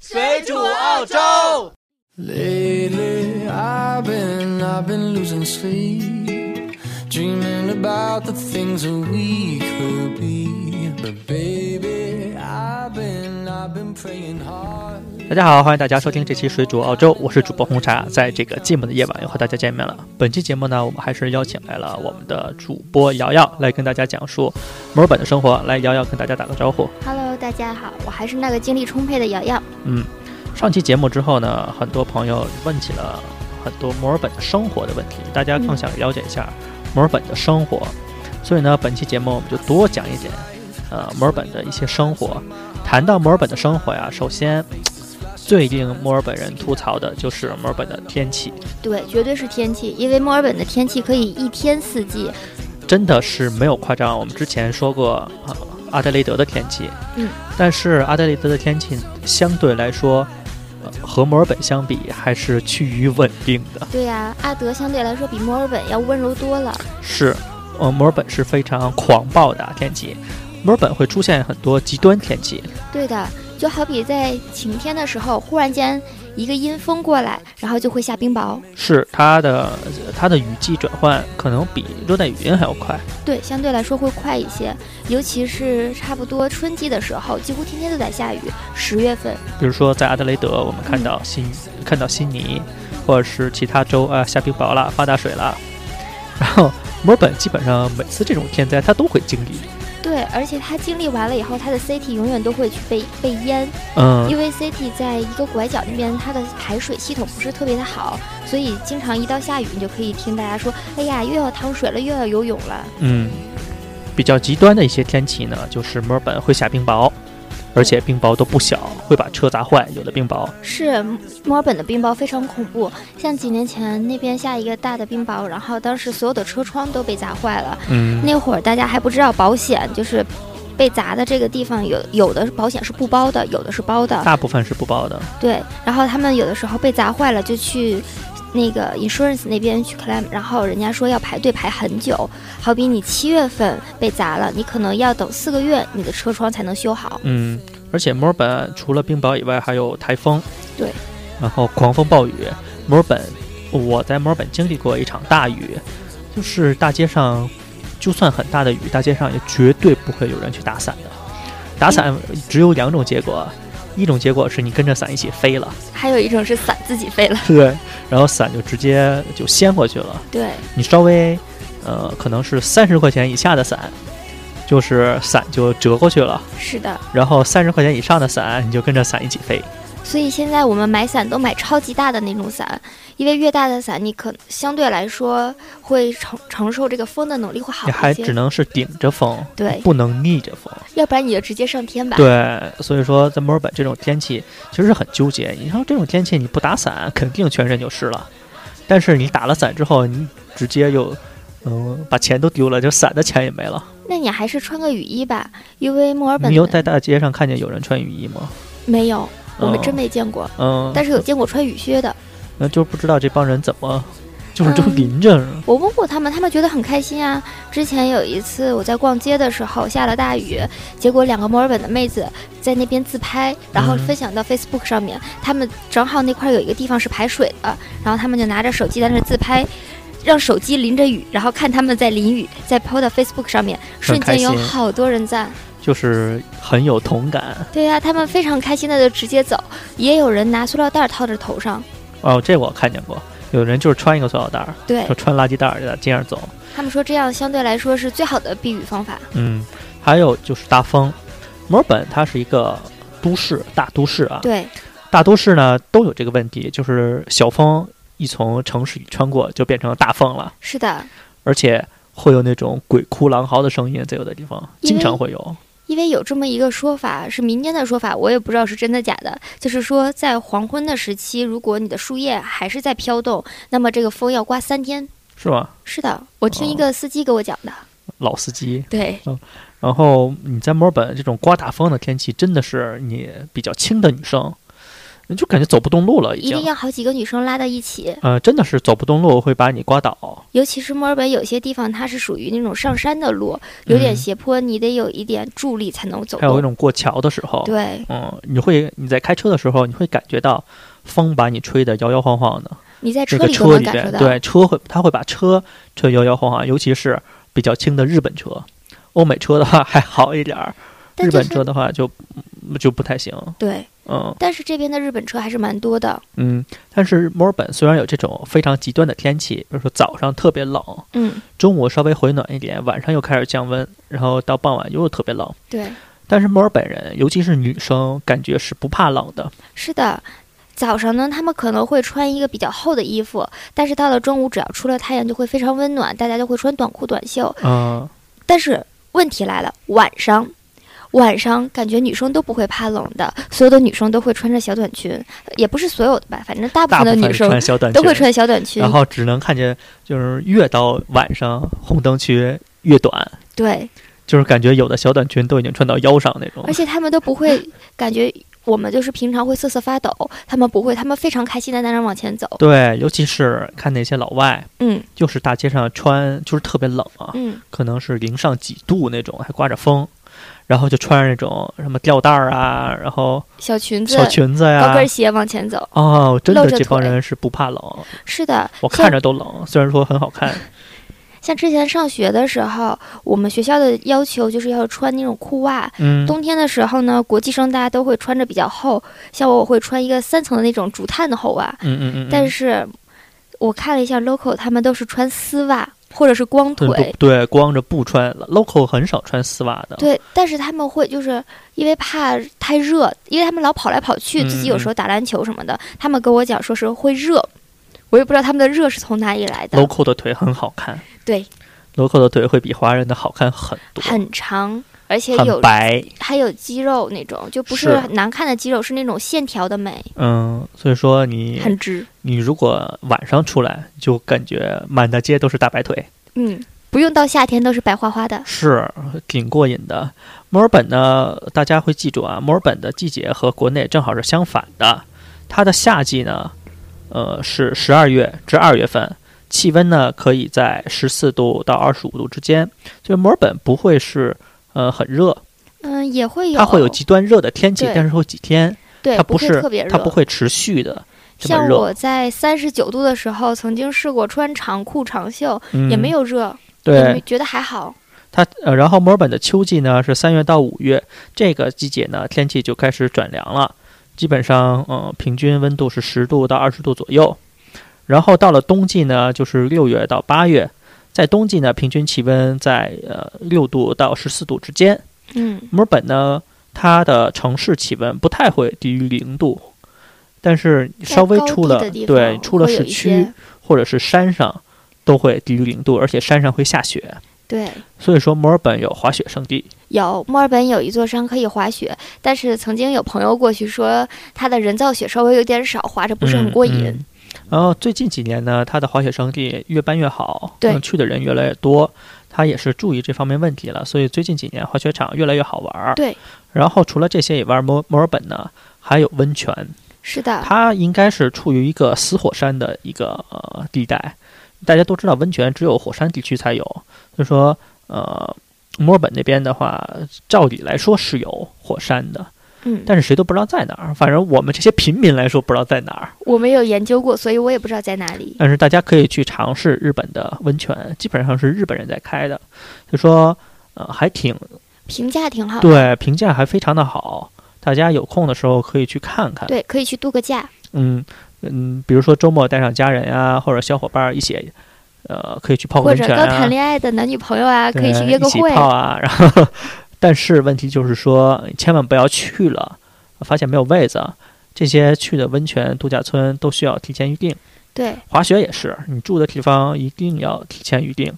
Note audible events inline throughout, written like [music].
水煮澳洲。 Lately, I've been, I've been losing sleep, dreaming about the things that we could be. But baby, I've been, I've been praying hard. 大家好，欢迎大家收听这期《水煮澳洲》，我是主播红茶，在这个寂寞的夜晚又和大家见面了。本期节目呢，我们还是邀请来了我们的主播瑶瑶来跟大家讲述墨尔本的生活。来，瑶瑶跟大家打个招呼。 Hello，大家好，我还是那个精力充沛的瑶瑶。嗯，上期节目之后呢，很多朋友问起了很多墨尔本的生活的问题，大家更想了解一下墨尔本的生活，所以呢，本期节目我们就多讲一点，呃，墨尔本的一些生活。谈到墨尔本的生活呀，啊首先最令墨尔本人吐槽的就是墨尔本的天气，对，绝对是天气，因为墨尔本的天气可以一天四季。真的是没有夸张。我们之前说过啊、呃阿德雷德的天气，嗯，但是阿德雷德的天气呃相对来说。呃和墨尔本相比，还是趋于稳定的。对呀、阿德相对来说比墨尔本要温柔多了。是，呃，墨尔本是非常狂暴的天气，墨尔本会出现很多极端天气。对的，就好比在晴天的时候，忽然间一个阴风过来，然后就会下冰雹。是它的它的雨季转换可能比热带雨林还要快。对，相对来说会快一些，尤其是差不多春季的时候，几乎天天都在下雨。十月份，比如说在阿德雷德，我们看嗯到新、看到悉尼，或者是其他州啊、下冰雹了、发大水了，然后墨尔本基本上每次这种天灾它都会经历。对，而且它经历完了以后，它的 city 永远都会去被被淹。嗯因为 City 在一个拐角那边，它的排水系统不是特别的好，所以经常一到下雨，你就可以听大家说：“哎呀，又要淌水了，又要游泳了。嗯，比较极端的一些天气呢，就是墨尔本会下冰雹，而且冰雹都不小，会把车砸坏，有的冰雹。是”墨尔本的冰雹非常恐怖，像几年前那边下一个大的冰雹，然后当时所有的车窗都被砸坏了。嗯那会儿大家还不知道保险，就是被砸的这个地方有有的保险是不包的，有的是包的。大部分是不包的。对，然后他们有的时候被砸坏了，就去那个 insurance 那边去 claim，然后人家说要排队排很久。好比你七月份被砸了，你可能要等四个月，你的车窗才能修好。嗯，而且墨尔本除了冰雹以外，还有台风，对，然后狂风暴雨。墨尔本，我在墨尔本经历过一场大雨，就是大街上，就算很大的雨，大街上也绝对不会有人去打伞的。打伞只有两种结果，一种结果是你跟着伞一起飞了，还有一种是伞自己飞了。对，然后伞就直接就掀过去了。对，你稍微，呃，可能是三十块钱以下的伞，就是伞就折过去了。是的。然后三十块钱以上的伞，你就跟着伞一起飞。所以现在我们买伞都买超级大的那种伞，因为越大的伞，你可相对来说会承承受这个风的能力会好你还一只些。能是顶着风，对，不能逆着风。要不然你就直接上天吧。对，所以说在墨尔本这种天气其实很纠结。你像这种天气，你不打伞，肯定全身就湿了。但是你打了伞之后，你直接又，嗯，把钱都丢了，就伞的钱也没了。那你还是穿个雨衣吧，因为墨尔本你有的在大街上看见有人穿雨衣吗？没有，我们嗯真没见过。嗯，但是有见过穿雨靴的。那就不知道这帮人怎么，就是就嗯淋着。我问过他们，他们觉得很开心啊。之前有一次我在逛街的时候下了大雨，结果两个墨尔本的妹子在那边自拍，然后嗯分享到 Facebook 上面。他们正好那块有一个地方是排水的，然后他们就拿着手机在那自拍。让手机淋着雨，然后看他们在淋雨，再 PO 到 Facebook 上面，很瞬开间心有好多人赞。就是很有同感对呀、他们非常开心的就直接走，也有人拿塑料袋套着头上。哦，这我看见过，有人就是穿一个塑料袋儿， [laughs] 对就穿垃圾袋儿在街上走。他们说，这样相对来说是最好的避雨方法。嗯，还有就是大风，墨尔本它是一个都市，大都市啊，对，大都市呢都有这个问题，就是小风一从城市里穿过就变成大风了，是的，而且会有那种鬼哭狼嚎的声音，在有的地方因为经常会有。因为有这么一个说法，是民间的说法，我也不知道是真的假的。就是说，在黄昏的时期，如果你的树叶还是在飘动，那么这个风要刮三天。是吗？是的，我听一哦个司机给我讲的。老司机，对，然后你在墨尔本这种刮大风的天气，真的是你比较轻的女生，就感觉走不动路了，已一定经。要好几个女生拉到一起，呃，真的是走不动路会把你刮倒。尤其是墨尔本有些地方它是属于那种上山的路，有点嗯斜坡，你得有一点助力才能走还有那动。种过桥的时候，对，嗯，你会你在开车的时候，你会感觉到风把你吹得摇摇晃晃的，你在这车个里都车能里感受边，到。对车会它会把车吹得摇摇晃晃，尤其是比较轻的日本车，欧美车的话 [laughs] 还好一点儿，但日就本是车的话就嗯就不太行，对，嗯但是这边的日本车还是蛮多的。嗯。但是墨尔本虽然有这种非常极端的天气，比如说早上特别冷，嗯，中午稍微回暖一点，晚上又开始降温，然后到傍晚又特别冷。对，但是墨尔本人，尤其是女生，感觉是不怕冷的。是的。早上呢，他们可能会穿一个比较厚的衣服，但是到了中午，只要出了太阳，就会非常温暖，大家就会穿短裤短袖。嗯，但是问题来了，晚上，晚上感觉女生都不会怕冷的，所有的女生都会穿着小短裙，也不是所有的吧，反正大部大分部的分女是穿生小短裙，都会穿小短裙然。后只能看见，就是越到晚上红灯区越短，对，就是感觉有的小短裙都已经穿到腰上那种而。且她们都不会感觉我们就是平常会瑟瑟发抖，她们不会，她们非常开心的在那儿往前走。对，尤其是看那些老外，嗯就是大街上穿，就是特别冷啊，嗯，可能是零上几度那种，还刮着风，然后就穿着那种什么吊带儿啊，然后小裙子、小裙啊子呀、高跟鞋往前走。哦，真的露着这帮腿人是不怕冷，是的，我像看着都冷，虽然说很 [laughs] 好看。像之前上学的时候，我们学校的要求就是要穿那种裤袜，嗯，冬天的时候呢，国际生大家都会穿着比较厚，像我我会穿一个三层的那种竹炭的厚袜，嗯嗯嗯，但是是我看了一下 local，他们都是穿丝袜或者是光对腿，对，光着不穿，local 很少穿丝袜的。对，但是他们会就是因为怕太热，因为他们老跑来跑去，嗯自己有时候打篮球什么的，他们跟我讲说是会热，我也不知道他们的热是从哪里来的， ，local 的腿很好看。对，local 的腿会比华人的好看很多，很长，而且很有白。还有肌肉那种，就不是是难看的肌肉，是那种线条的美，嗯，所以说你很直，你如果晚上出来，就感觉满大街都是大白腿，嗯，不用到夏天都是白花花的。是呃挺过瘾的。墨尔本呢，大家会记住啊，墨尔本的季节和国内正好是相反的，它的夏季呢，呃，是十二月至二月份，气温呢可以在十四度到二十五度之间，所以墨尔本不会是呃很热，嗯，也会有，它会有极端热的天气对，但是会几天，对，它不会是特别热，它不会持续的这么像热，我在三十九度的时候，曾经试过穿长裤长袖，也没有有热，也没嗯对觉得还好。它呃，然后墨尔本的秋季呢是三月到五月，这个季节呢天气就开始转凉了，基本上呃平均温度是十度到二十度左右，然后到了冬季呢就是六月到八月，在冬季呢平均气温在呃六度到十四度之间。嗯，墨尔本呢，它的城市气温不太会低于零度，但是稍微在高出地了的地方对出了会有市一区些或者是山上都会低于零度，而且山上会下雪。对，所以说，墨尔本有滑雪圣地。有墨尔本有一座山可以滑雪，但是曾经有朋友过去说，它的人造雪稍微有点少，滑着不是很过瘾。嗯嗯然后最近几年呢，它的滑雪圣地越办越好，对嗯去的人越来越多，它也是注意这方面问题了，所以最近几年滑雪场越来越好玩儿。对，然后除了这些以外，墨墨尔本呢还有温泉，是的，它应该是处于一个死火山的一个呃地带。大家都知道，温泉只有火山地区才有，所以说呃，墨尔本那边的话，照理来说是有火山的，嗯，但是谁都不知道在哪儿。反正我们这些平民来说不知道在哪儿，我没有研究过，所以我也不知道在哪里。但是大家可以去尝试日本的温泉，基本上是日本人在开的，就说呃还挺评价挺好，对，评价还非常的好，大家有空的时候可以去看看。对，可以去度个假。嗯嗯，比如说周末带上家人呀、或者小伙伴儿一起，呃，可以去泡个或温者泉刚啊，谈恋爱的男女朋友啊，可以去对约个一起会。泡啊。 [laughs] 然后，但是问题就是说，千万不要去了，发现没有位子。啊这些去的温泉度假村都需要提前预定，对，滑雪也是，你住的地方一定要提前预定，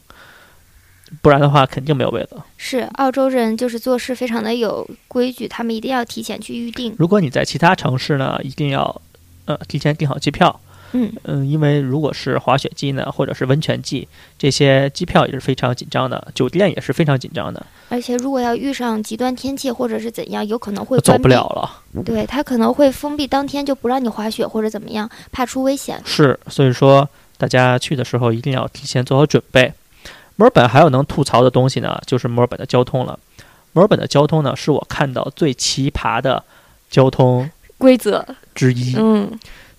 不然的话肯定没有位子。是澳洲人就是做事非常的有规矩，他们一定要提前去预定。如果你在其他城市呢，一定要呃提前订好机票，嗯嗯，因为如果是滑雪季呢，或者是温泉季，这些机票也是非常紧张的，酒店也是非常紧张的，而且如果要遇上极端天气或者是怎样，有可能会走关不闭了了。对他可能会封闭当天就不让你滑雪或者怎么样，怕出危险。是，所以说大家去的时候一定要提前做好准备。墨尔本还有能吐槽的东西呢，就是墨尔本的交通了。墨尔本的交通呢，是我看到最奇葩的交通规则，之一。嗯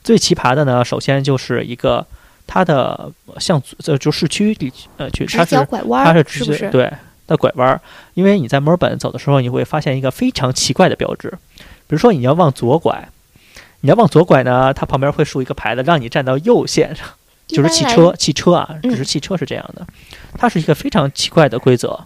最奇葩的呢，首先就是一个它的向呃就市区地区呃去，它直是角拐弯它儿是是直不接是？对它拐弯儿，因为你在墨尔本走的时候，你会发现一个非常奇怪的标志，比如说你要往左拐，你要往左拐呢，它旁边会竖一个牌子，让你站到右线上。一就是般汽来车，汽车啊，只是嗯汽车是这样的，它是一个非常奇怪的规则。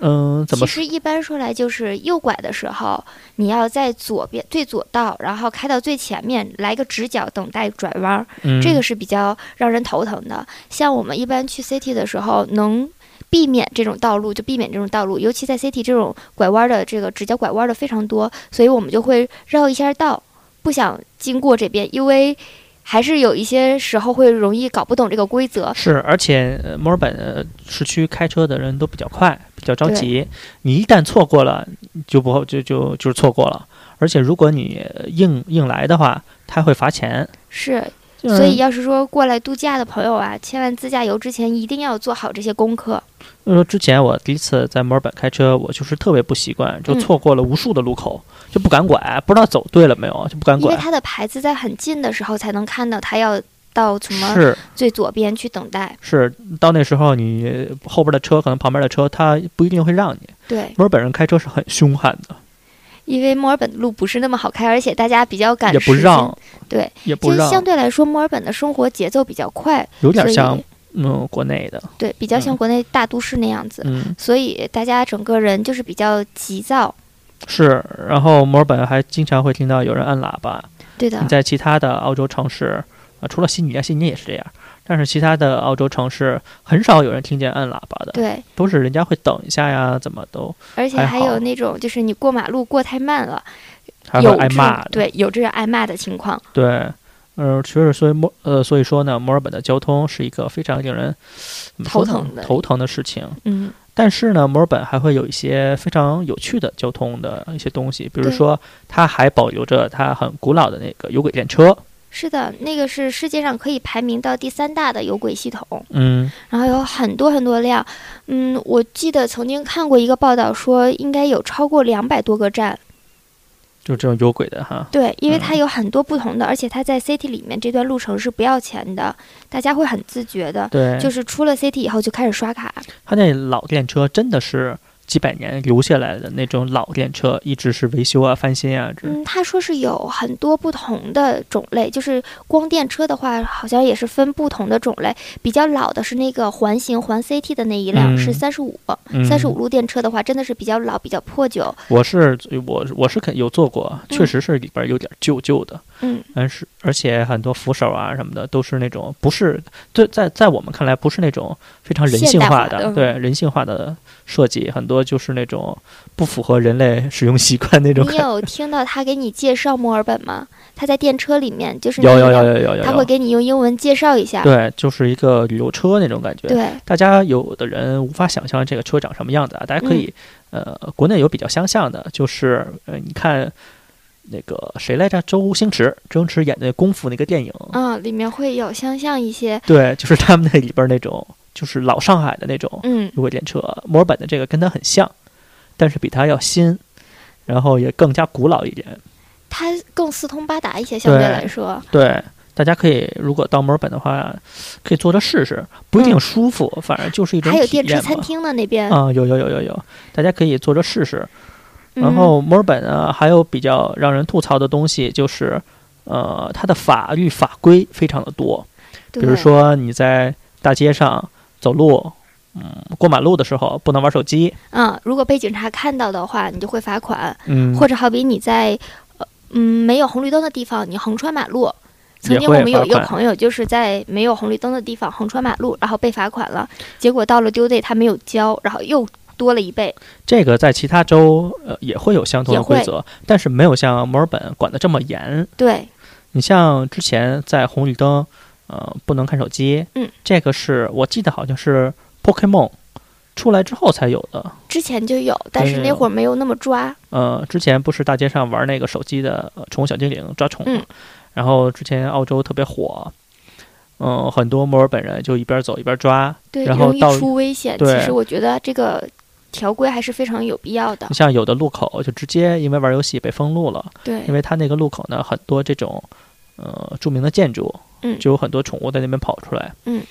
嗯，怎么其说？实一般说来，就是右拐的时候，你要在左边最左道，然后开到最前面，来个直角，等待转弯儿，嗯，这个是比较让人头疼的。像我们一般去 city 的时候，能避免这种道路就避免这种道路，尤其在 city 这种拐弯儿的这个直角拐弯儿的非常多，所以我们就会绕一下道，不想经过这边，因为还是有一些时候会容易搞不懂这个规则。是，而且呃墨尔本呃市区开车的人都比较快，比较着对急。你一旦错过了，就不好就就就是错过了。而且如果你呃硬硬来的话，他会罚钱。是，就是所以，要是说过来度假的朋友啊，千万自驾游之前一定要做好这些功课。就是说呃之前我第一次在墨尔本开车，我就是特别不习惯，就嗯错过了无数的路口，就不敢拐，不知道走对了没有，就不敢因为拐。它的牌子在很近的时候才能看到，它要到什么是，最左边去等待。是到那时候，你后边的车可能旁边的车，他不一定会让你。对，墨尔本人开车是很凶悍的，因为墨尔本的路不是那么好开，而且大家比较赶也时不间，让，对，也不其实让，相对来说，墨尔本的生活节奏比较快，有点所以像嗯国内的，对，比较像嗯国内大都市那样子，嗯所以大家整个人就是比较急躁。是。然后墨尔本还经常会听到有人按喇叭。对的你，在其他的澳洲城市，啊，除了悉尼啊，悉尼也是这样，但是其他的澳洲城市很少有人听见按喇叭的，对，都是人家会等一下呀，怎么都而且还还好有那种就是你过马路过太慢了，还会有挨这骂种的。对，有这种挨骂的情况。对，呃，其实所以墨呃，所以说呢，墨尔本的交通是一个非常令人怎么头说呢疼的头疼的事情。嗯，但是呢，墨尔本还会有一些非常有趣的交通的一些东西，比如对说它还保留着它很古老的那个有轨电车。是的，那个是世界上可以排名到第三大的有轨系统，嗯，然后有很多很多辆。嗯，我记得曾经看过一个报道说，应该有超过两百多个站。就这种有轨的哈。对，因为嗯它有很多不同的，而且它在 city 里面这段路程是不要钱的，大家会很自觉的，对，就是出了 city 以后就开始刷卡。它那老电车真的是几百年留下来的那种老电车，一直是维修啊、翻新啊，这嗯，他说是有很多不同的种类，就是光电车的话，好像也是分不同的种类。比较老的是那个环形环 CT 的那一辆、嗯是三十五，嗯三十五路电车的话，真的是比较老、比较破旧。我是我我是肯有坐过，嗯确实是里边有点旧旧的，嗯，但是而且很多扶手啊什么的都是那种不是对在在我们看来不是那种非常人性化的现代化的嗯对人性化的设计，很多就是那种不符合人类使用习惯那种你感觉。有听到他给你介绍墨尔本吗？他在电车里面，就是有那有一有辆有有有他会有，给你用英文介绍一下。对，就是一个旅游车那种感觉。对大家有的人无法想象这个车长什么样子啊，大家嗯可以，呃，国内有比较相像的，就是呃，你看那个谁来着，周星驰，周星驰演的《功夫》那个电影，嗯，里面会有相像一些，对，就是他们那里边那种，就是老上海的那种嗯，有轨电车，墨尔本的这个跟它很像，但是比它要新，然后也更加古老一点。它更四通八达一些，相对对来说，对，大家可以如果到墨尔本的话，可以坐着试试，不一定嗯舒服，反正就是一种还有体电车验餐吧厅的那边，啊、有有有有有，大家可以坐着试试。然嗯后墨尔本啊，还有比较让人吐槽的东西就是，呃，它的法律法规非常的多。比如对说你在大街上走路，嗯，过马路的时候不能玩手机，嗯，如果被警察看到的话，你就会罚款，嗯，或者好比你在呃嗯没有红绿灯的地方，你横穿马路。曾也经会我们有罚一个款朋友，就是在没有红绿灯的地方横穿马路，然后被罚款了，结果到了 due day 他没有交，然后又多了一倍。这个在其他州呃也会有相同也的规会则，但是没有像墨尔本管得这么严。对，你像之前在红绿灯，呃，不能看手机，嗯，这个是我记得好像是 Pokemon 出来之后才有的。之前就有，但是那会儿没有那么抓。呃，之前不是大街上玩那个手机的呃宠物小精灵抓宠，嗯然后之前澳洲特别火，嗯、很多墨尔本人就一边走一边抓。对，然后容易到出危险。其对实我觉得这个条规还是非常有必要的你。像有的路口就直接因为玩游戏被封路了，对因，为它那个路口呢很多这种呃著名的建筑，嗯就有很多宠物在那边跑出来，嗯。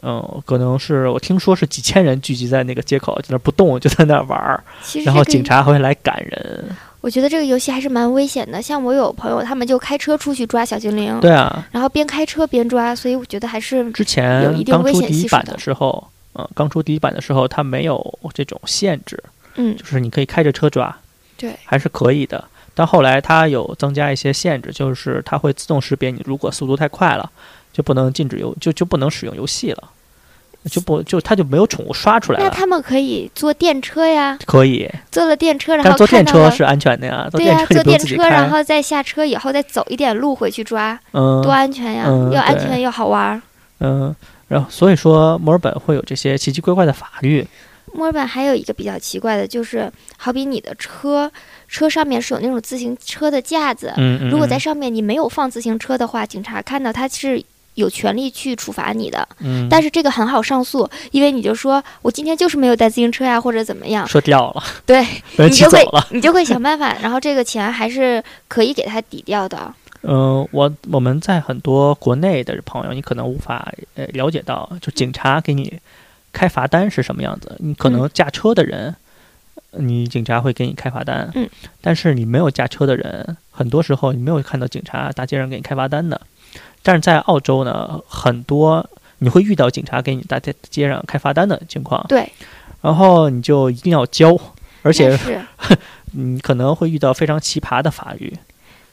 嗯，可能是我听说是几千人聚集在那个街口，就那儿不动，就在那儿玩儿，其实然这后个警察还会来赶人。我觉得这个游戏还是蛮危险的。像我有朋友，他们就开车出去抓小精灵，对啊，然后边开车边抓，所以我觉得还是之前有一定刚危出险第一系数版的的时候，呃，刚出第一版的时候，它没有这种限制，嗯就是你可以开着车抓，对还是可以的。但后来它有增加一些限制，就是它会自动识别你如果速度太快了，就不能禁止游，就就不能使用游戏了，就不就它就没有宠物刷出来那了。他们可以坐电车呀，可以，坐了电车，然但后坐电看到车了是安全的呀，坐对电呀、车坐你不用电自己车，开然。后再下车以后再走一点路回去抓，嗯多安全呀！嗯又安对全又好玩儿。嗯，然后所以说墨尔本会有这些奇奇怪怪的法律，墨尔本还有一个比较奇怪的，就是好比你的车车上面是有那种自行车的架子，嗯，嗯如果在嗯上面你没有放自行车的话，警察看到他是有权利去处罚你的。嗯但是这个很好上诉，因为你就说我今天就是没有带自行车啊呀，或者怎么 [laughs] 样，说掉了，对，被人你骑就走会了。你就会想办法，然后这个钱还是可以给他抵掉的。嗯，我我们在很多国内的朋友，你可能无法呃了解到，就警察给你开罚单是什么样子。你嗯可能驾车的人，你警察会给你开罚单，嗯，但是你没有驾车的人，很多时候你没有看到警察大街上给你开罚单的。但是在澳洲呢，很多你会遇到警察给你大街街上开罚单的情况，对，然后你就一定要交，而而且是。你可能会遇到非常奇葩的法律，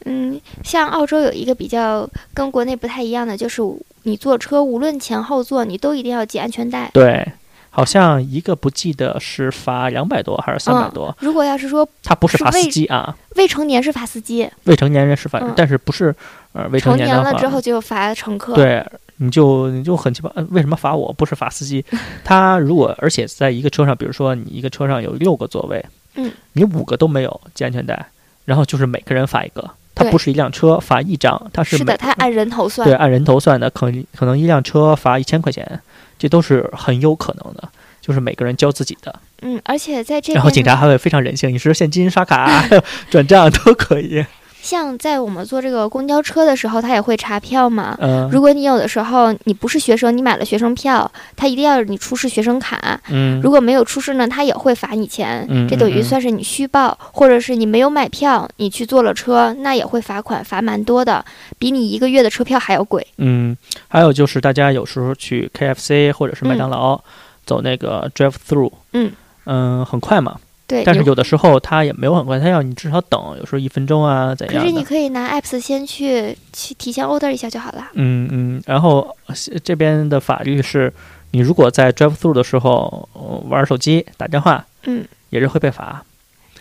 嗯，像澳洲有一个比较跟国内不太一样的，就是你坐车无论前后座，你都一定要系安全带。对，好像一个不记得是罚两百多还是三百多，如果要是说他不是罚是未司机啊，未成年是罚司机，未成年人是罚，嗯但是不是呃未成年年的话，了之后就罚乘客。对，你就你就很奇怪，呃为什么罚我不是罚司机？嗯他如果而且在一个车上，比如说你一个车上有六个座位，嗯，你五个都没有系安全带，然后就是每个人罚一个，它对不是一辆车罚一张，它是每嗯的，他按人头算对，按人头算的，可可能一辆车罚一千块钱，这都是很有可能的，就是每个人交自己的。嗯，而且在这然后边警呢察还会非常人性，你是现金、刷卡、啊 [laughs] 转账都 [laughs] 可以。像在我们坐这个公交车的时候，他也会查票嘛。嗯如果你有的时候你不是学生，你买了学生票，他一定要你出示学生卡。嗯如果没有出示呢，他也会罚你钱。嗯这等于嗯嗯算是你虚报，或者是你没有买票，你去坐了车，那也会罚款，罚蛮多的，比你一个月的车票还要贵。嗯，还有就是大家有时候去 KFC 或者是麦当劳、走那个 drive through，嗯嗯，很快嘛，对，但是你有的时候它也没有很快，它要你至少等，有时候一分钟啊怎可样是的你。可以拿 apps 先去去提前 order 一下就好了。嗯嗯，然后呃这边的法律是，你如果在 drive through 的时候、呃玩手机打电话，嗯，也是会被罚。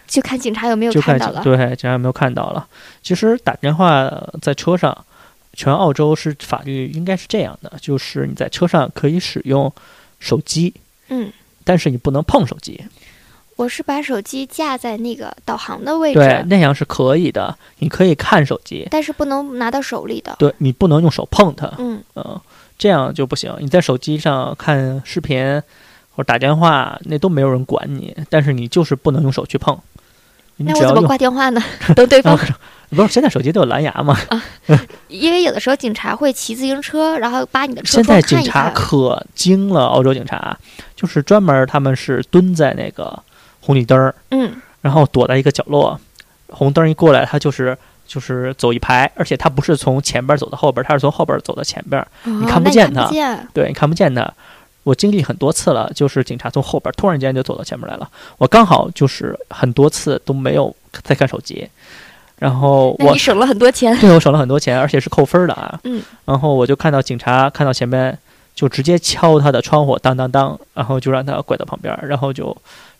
就看警察有没有就看看到警了。对，竟然没有看到了。其实打电话呃在车上，全澳洲是法律应该是这样的，就是你在车上可以使用手机，嗯，但是你不能碰手机。我是把手机架在那个导航的位对，置，那样是可以的，你可以看手机，但是不能拿到手里的。对你不能用手碰它，嗯，嗯，这样就不行。你在手机上看视频或者打电话，那都没有人管你，但是你就是不能用手去碰。你那只我要怎么用，挂电话呢？等对方啊，不是现在手机都有蓝牙嘛？因为有的时候警察会骑自行车，然后把你的车现窗在警看一察看。可精了，澳洲警察就是专门儿他们是蹲在那个红绿灯儿，嗯，然后躲在一个角落，红灯儿一过来，他就是就是走一排，而且他不是从前边儿走到后边儿，他是从后边儿走到前边儿，哦你看不见看他不见。对你看不见他。我经历很多次了，就是警察从后边儿突然间就走到前面来了，我刚好就是很多次都没有在看手机，然后那我你省了很多钱。 [laughs] 对我省了很多钱，而且是扣分儿的啊。嗯，然后我就看到警察看到前面，就直接敲他的窗户，当当当，然后就让他拐到旁边儿，然后就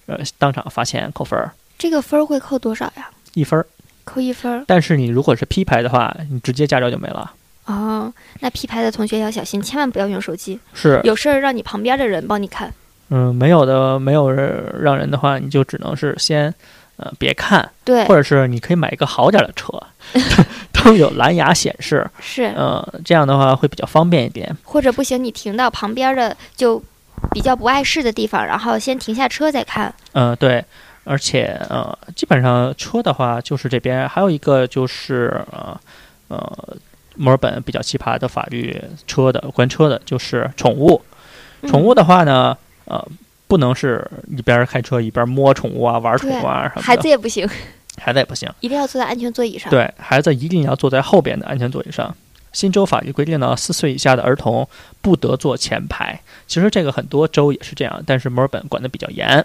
呃当场罚钱扣分儿，这个分儿会扣多少呀？一分儿。扣一分儿但是你如果是 P 牌的话，你直接驾照就没了。哦。那 P 牌的同学要小心，千万不要用手机，是，有事儿让你旁边的人帮你看。嗯，没有的，没有人让人的话，你就只能是先，呃，别看，对或，者是你可以买一个好点儿的车， [laughs] 都有蓝牙显示，是，嗯，这样的话会比较方便一点。或者不行，你停到旁边的就比较不碍事的地方，然后先停下车再看。嗯，对，而且呃，基本上车的话就是这边，还有一个就是呃呃，墨尔本比较奇葩的法律车的关于车的就是宠物，嗯宠物的话呢，呃，不能是一边开车一边摸宠物啊、玩宠物啊什么的，孩子也啊不行，孩子也不行。一定要坐在安全座椅上。对，孩子一定要坐在后边的安全座椅上。新州法律规定呢，四岁以下的儿童不得坐前排。其实这个很多州也是这样，但是墨尔本管得比较严。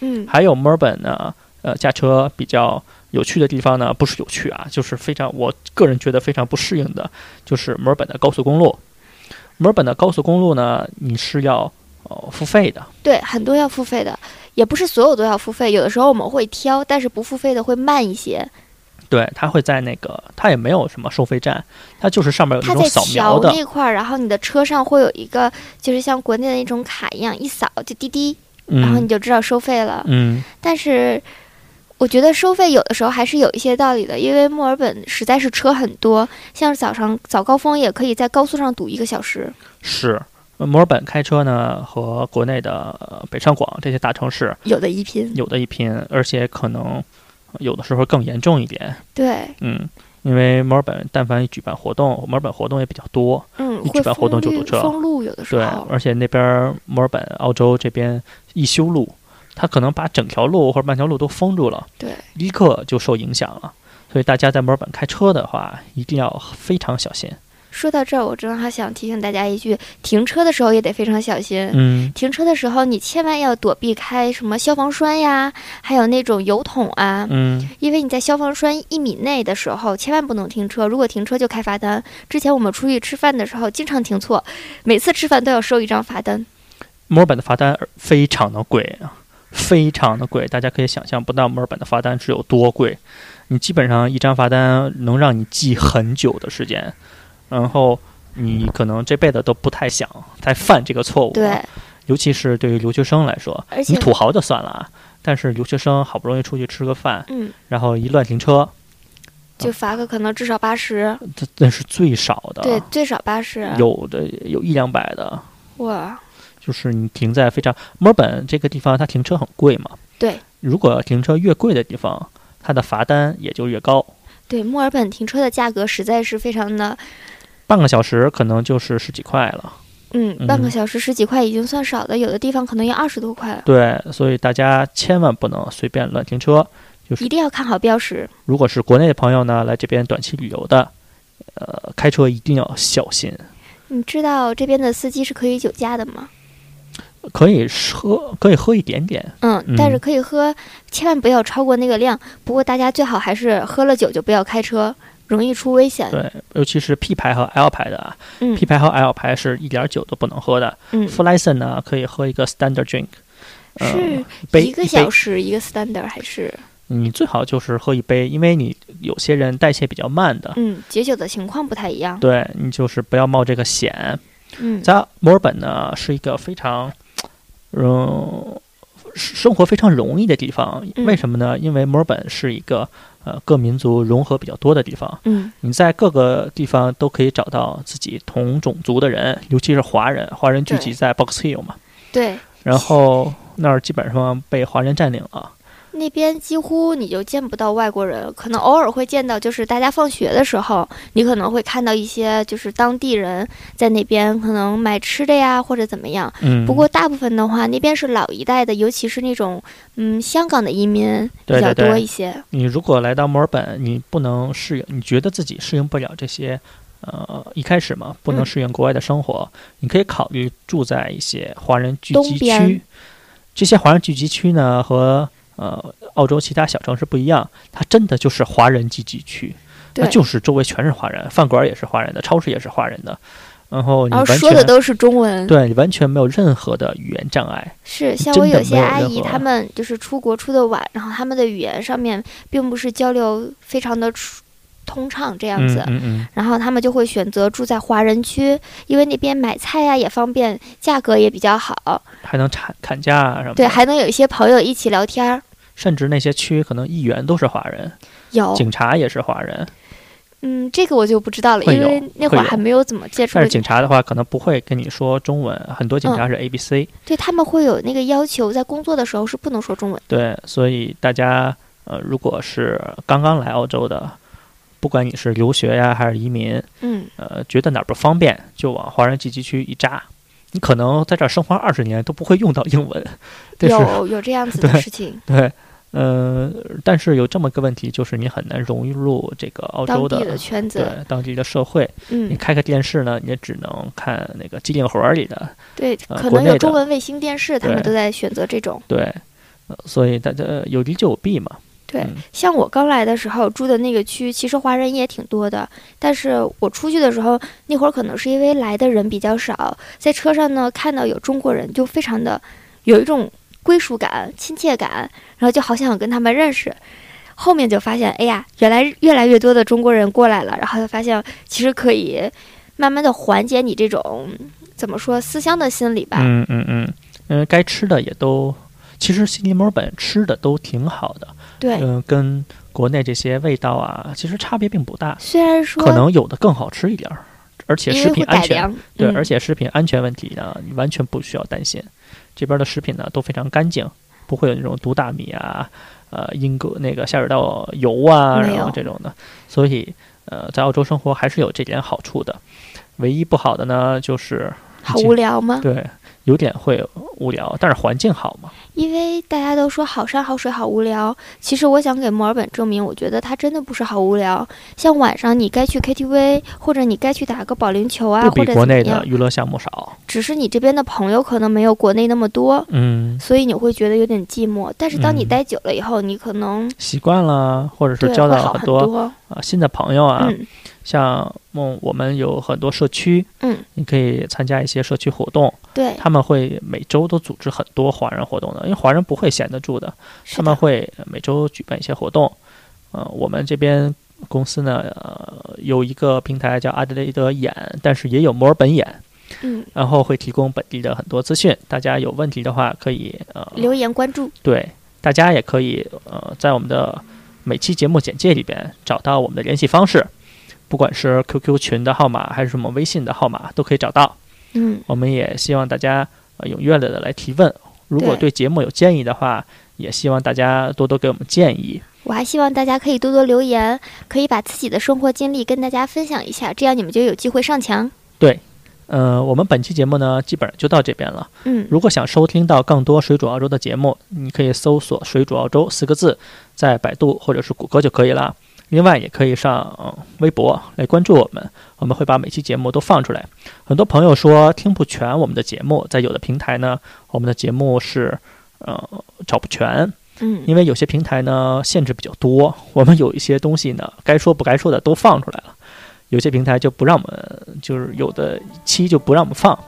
嗯，还有墨尔本呢，呃，驾车比较有趣的地方呢，不是有趣啊，就是非常我个人觉得非常不适应的，就是墨尔本的高速公路。墨尔本的高速公路呢，你是要呃付费的，对，很多要付费的，也不是所有都要付费，有的时候我们会挑，但是不付费的会慢一些。对，它会在那个它也没有什么收费站，它就是上面有它那种在扫描桥的，那块儿，然后你的车上会有一个，就是像国内的那种卡一样，一扫就滴滴，然后你嗯就知道收费了。嗯，但是我觉得收费有的时候还是有一些道理的，因为墨尔本实在是车很多，像早上早高峰也可以在高速上堵一个小时。是，呃墨尔本开车呢和国内的呃北上广这些大城市有的一拼，有的一拼，而且可能呃有的时候更严重一点。对，嗯，因为墨尔本但凡一举办活动，墨尔本活动也比较多，嗯，一会举办活封动就堵路车封路有的时对，候，而且那边儿墨尔本、澳洲这边一修路，它可能把整条路或者半条路都封住了，对，立刻就受影响了。所以大家在墨尔本开车的话，一定要非常小心。说到这儿，我正好想提醒大家一句，停车的时候也得非常小心。嗯，停车的时候，你千万要躲避开什么消防栓呀，还有那种油桶啊，嗯，因为你在消防栓一米内的时候，千万不能停车。如果停车就开罚单。之前我们出去吃饭的时候，经常停错，每次吃饭都要收一张罚单。墨尔本的罚单非常的贵啊，非常的贵，大家可以想象不到墨尔本的罚单是有多贵。你基本上一张罚单能让你记很久的时间，然后你可能这辈子都不太想再犯这个错误。啊对，，尤其是对于留学生来说，而且你土豪就算了啊，但是留学生好不容易出去吃个饭，嗯，然后一乱停车，就罚个可能至少八十，这那啊是最少的，啊对，最少八十。有的有一两百的，哇，就是你停在非常墨尔本这个地方，它停车很贵嘛。对，如果停车越贵的地方，它的罚单也就越高。对，墨尔本停车的价格实在是非常的，半个小时可能就是十几块了。嗯，嗯半个小时十几块已经算少的，有的地方可能要二十多块。对，所以大家千万不能随便乱停车。一定要看好标识，如果是国内的朋友呢，来这边短期旅游的，呃，开车一定要小心。你知道这边的司机是可以酒驾的吗？可以喝，可以喝一点点。嗯，但是嗯可以喝，千万不要超过那个量。不过大家最好还是喝了酒就不要开车，容易出危险。对，尤其是 P 牌和 L 牌的啊嗯，P 牌和 L 牌是一点酒都不能喝的。嗯， Full license 呢，可以喝一个 standard drink，嗯是杯一个杯小时一个 standard 还是你最好就是喝一杯，因为你有些人代谢比较慢的，嗯，解酒的情况不太一样。啊对你就是不要冒这个险。嗯，在墨尔本呢，是一个非常，嗯，生活非常容易的地方。嗯为什么呢？因为墨尔本是一个呃各民族融合比较多的地方，嗯，你在各个地方都可以找到自己同种族的人，尤其是华人，华人聚集对在 Box Hill 嘛，对，然后那儿基本上被华人占领了。那边几乎你就见不到外国人，可能偶尔会见到，就是大家放学的时候，你可能会看到一些就是当地人在那边可能买吃的呀，或者怎么样。嗯，不过大部分的话，那边是老一代的，尤其是那种嗯香港的移民比对较对对多一些。你如果来到墨尔本，你不能适应，你觉得自己适应不了这些，呃，一开始嘛，不能嗯适应国外的生活，你可以考虑住在一些华人聚东集边区。这些华人聚集区呢，和呃澳洲其他小城市不一样，它真的就是华人聚集区，那对就是周围全是华人，饭馆也是华人的，超市也是华人的，然后你然后完全说的都是中文。对你完全没有任何的语言障碍。是像真我的有些没有阿任姨，何她们就是出国出的晚，然后她们的语言上面并不是交流非常的出通畅这样子，嗯嗯嗯，然后她们就会选择住在华人区，因为那边买菜呀、也方便，价格也比较好，还能砍砍价啊什么的。对，还能有一些朋友一起聊天儿。甚至那些区可能议员都是华人，有，警察也是华人。嗯，这个我就不知道了，会因有为那会儿会有还没有怎么接触但过是这警察的话，可能不会跟你说中文，很多警察嗯是 A B C、对他们会有那个要求，在工作的时候是不能说中文。对，所以大家呃，如果是刚刚来澳洲的，不管你是留学呀还是移民，嗯，呃，觉得哪儿不方便，就往华人聚集区一扎。你可能在这儿生活二十年都不会用到 [laughs] 英文，这是有有这样子的对事情，对，呃，但是有这么个问题，就是你很难融入这个澳当洲地的的圈子，对当地的社会。你嗯，开个电视呢，你也只能看那个机灵魂儿里的，对，呃可国能有内中的文卫星电视，他们对都在选择这种。对，呃所以大家有利就有弊嘛。对嗯，像我刚来的时候住的那个区，其实华人也挺多的，但是我出去的时候，那会儿可能是因为来的人比较少，在车上呢看到有中国人，就非常的有一种归属感、亲切感，然后就好想跟他们认识。后面就发现，哎呀，原来越来越多的中国人过来了，然后就发现其实可以慢慢的缓解你这种怎么说思乡的心理吧。嗯嗯嗯，嗯，该吃的也都，其实悉尼、墨尔本吃的都挺好的，对，嗯、跟国内这些味道啊，其实差别并不大，虽然说可能有的更好吃一点儿，而且因食为会品安改全，良，对，嗯而且食品安全问题呢，你完全不需要担心，这边的食品呢都非常干净，不会有那种毒大米啊，呃，英国那个下水道油啊，没有然后这种的，所以呃，在澳洲生活还是有这点好处的，唯一不好的呢就是好无聊吗？对，有点会无聊，但是环境好嘛。因为大家都说好山好水好无聊，其实我想给墨尔本证明，我觉得它真的不是好无聊。像晚上你该去 KTV，或者你该去打个保龄球啊，不或比者国怎么内的样，娱乐项目少。只是你这边的朋友可能没有国内那么多，嗯，所以你会觉得有点寂寞。但是当你嗯待久了以后，你可能习惯了，或者对是交会到好很很多啊、新的朋友啊。嗯像梦，我们有很多社区，嗯，你可以参加一些社区活动，对，他们会每周都组织很多华人活动的，因为华人不会闲得住的，是他们的会呃每周举办一些活动。呃，我们这边公司呢，呃，有一个平台叫阿德雷德眼，但是也有墨尔本眼，嗯然后会提供本地的很多资讯，大家有问题的话可以呃留言关注，对，大家也可以呃在我们的每期节目简介里边找到我们的联系方式，不管是 QQ 群的号码还是什么微信的号码都可以找到。嗯，我们也希望大家、呃、踊跃的来提问，如果对对节目有建议的话，也希望大家多多给我们建议。我还希望大家可以多多留言，可以把自己的生活经历跟大家分享一下，这样你们就有机会上墙。呃，我们本期节目呢，基本上就到这边了。嗯，如果想收听到更多水煮澳洲的节目，你可以搜索“水煮澳洲”四个字，在百度或者是谷歌就可以了。另外，也可以上、嗯微博来关注我们，我们会把每期节目都放出来。很多朋友说听不全我们的节目，在有的平台呢，我们的节目是呃找不全，嗯，因为有些平台呢限制比较多，我们有一些东西呢该说不该说的都放出来了，有些平台就不让我们，就是有的期就不让我们放。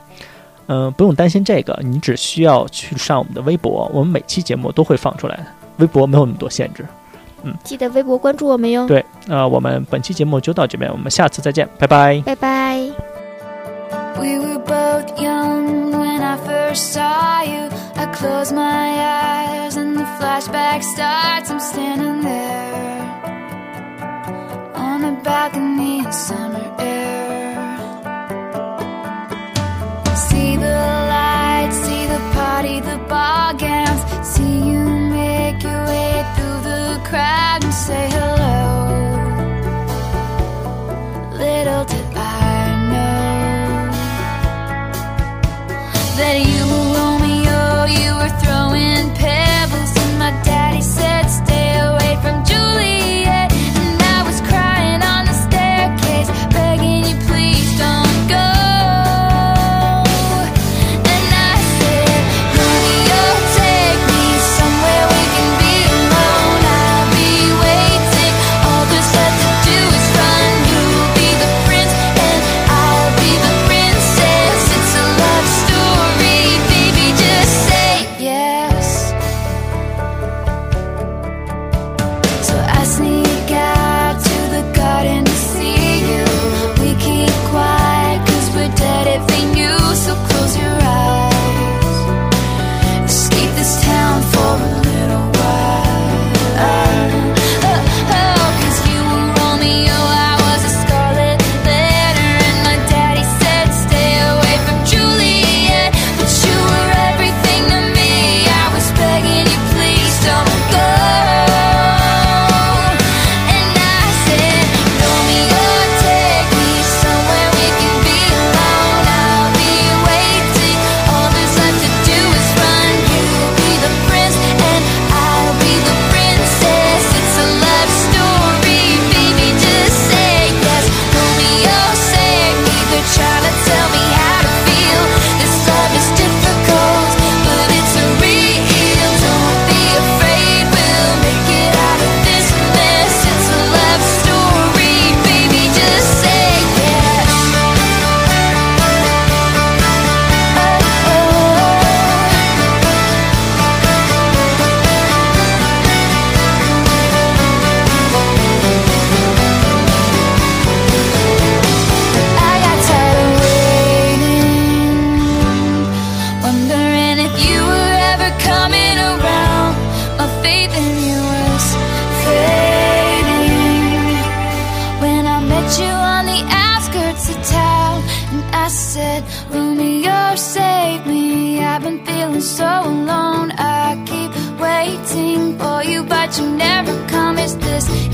嗯、不用担心这个，你只需要去上我们的微博，我们每期节目都会放出来的，微博没有那么多限制。记得微博关注我们哟。对，呃，我们本期节目就到这边，我们下次再见，拜拜。拜拜。 We were both young when I first saw you. I close my eyes and the flashback starts. I'm standing there on the balcony in summer air. See the lights, see the party, the ball gowns. See you make your way through the crowd and say hello. Little did I know that you were Romeo, you were throwing pebbles, and my daddy said, Stay away from Juliet. And I was crying on the staircase, Uh, oh, said, Romeo, save me. I've been feeling so alone. I keep waiting for you, but you never come. Is this Oh, oh. Oh,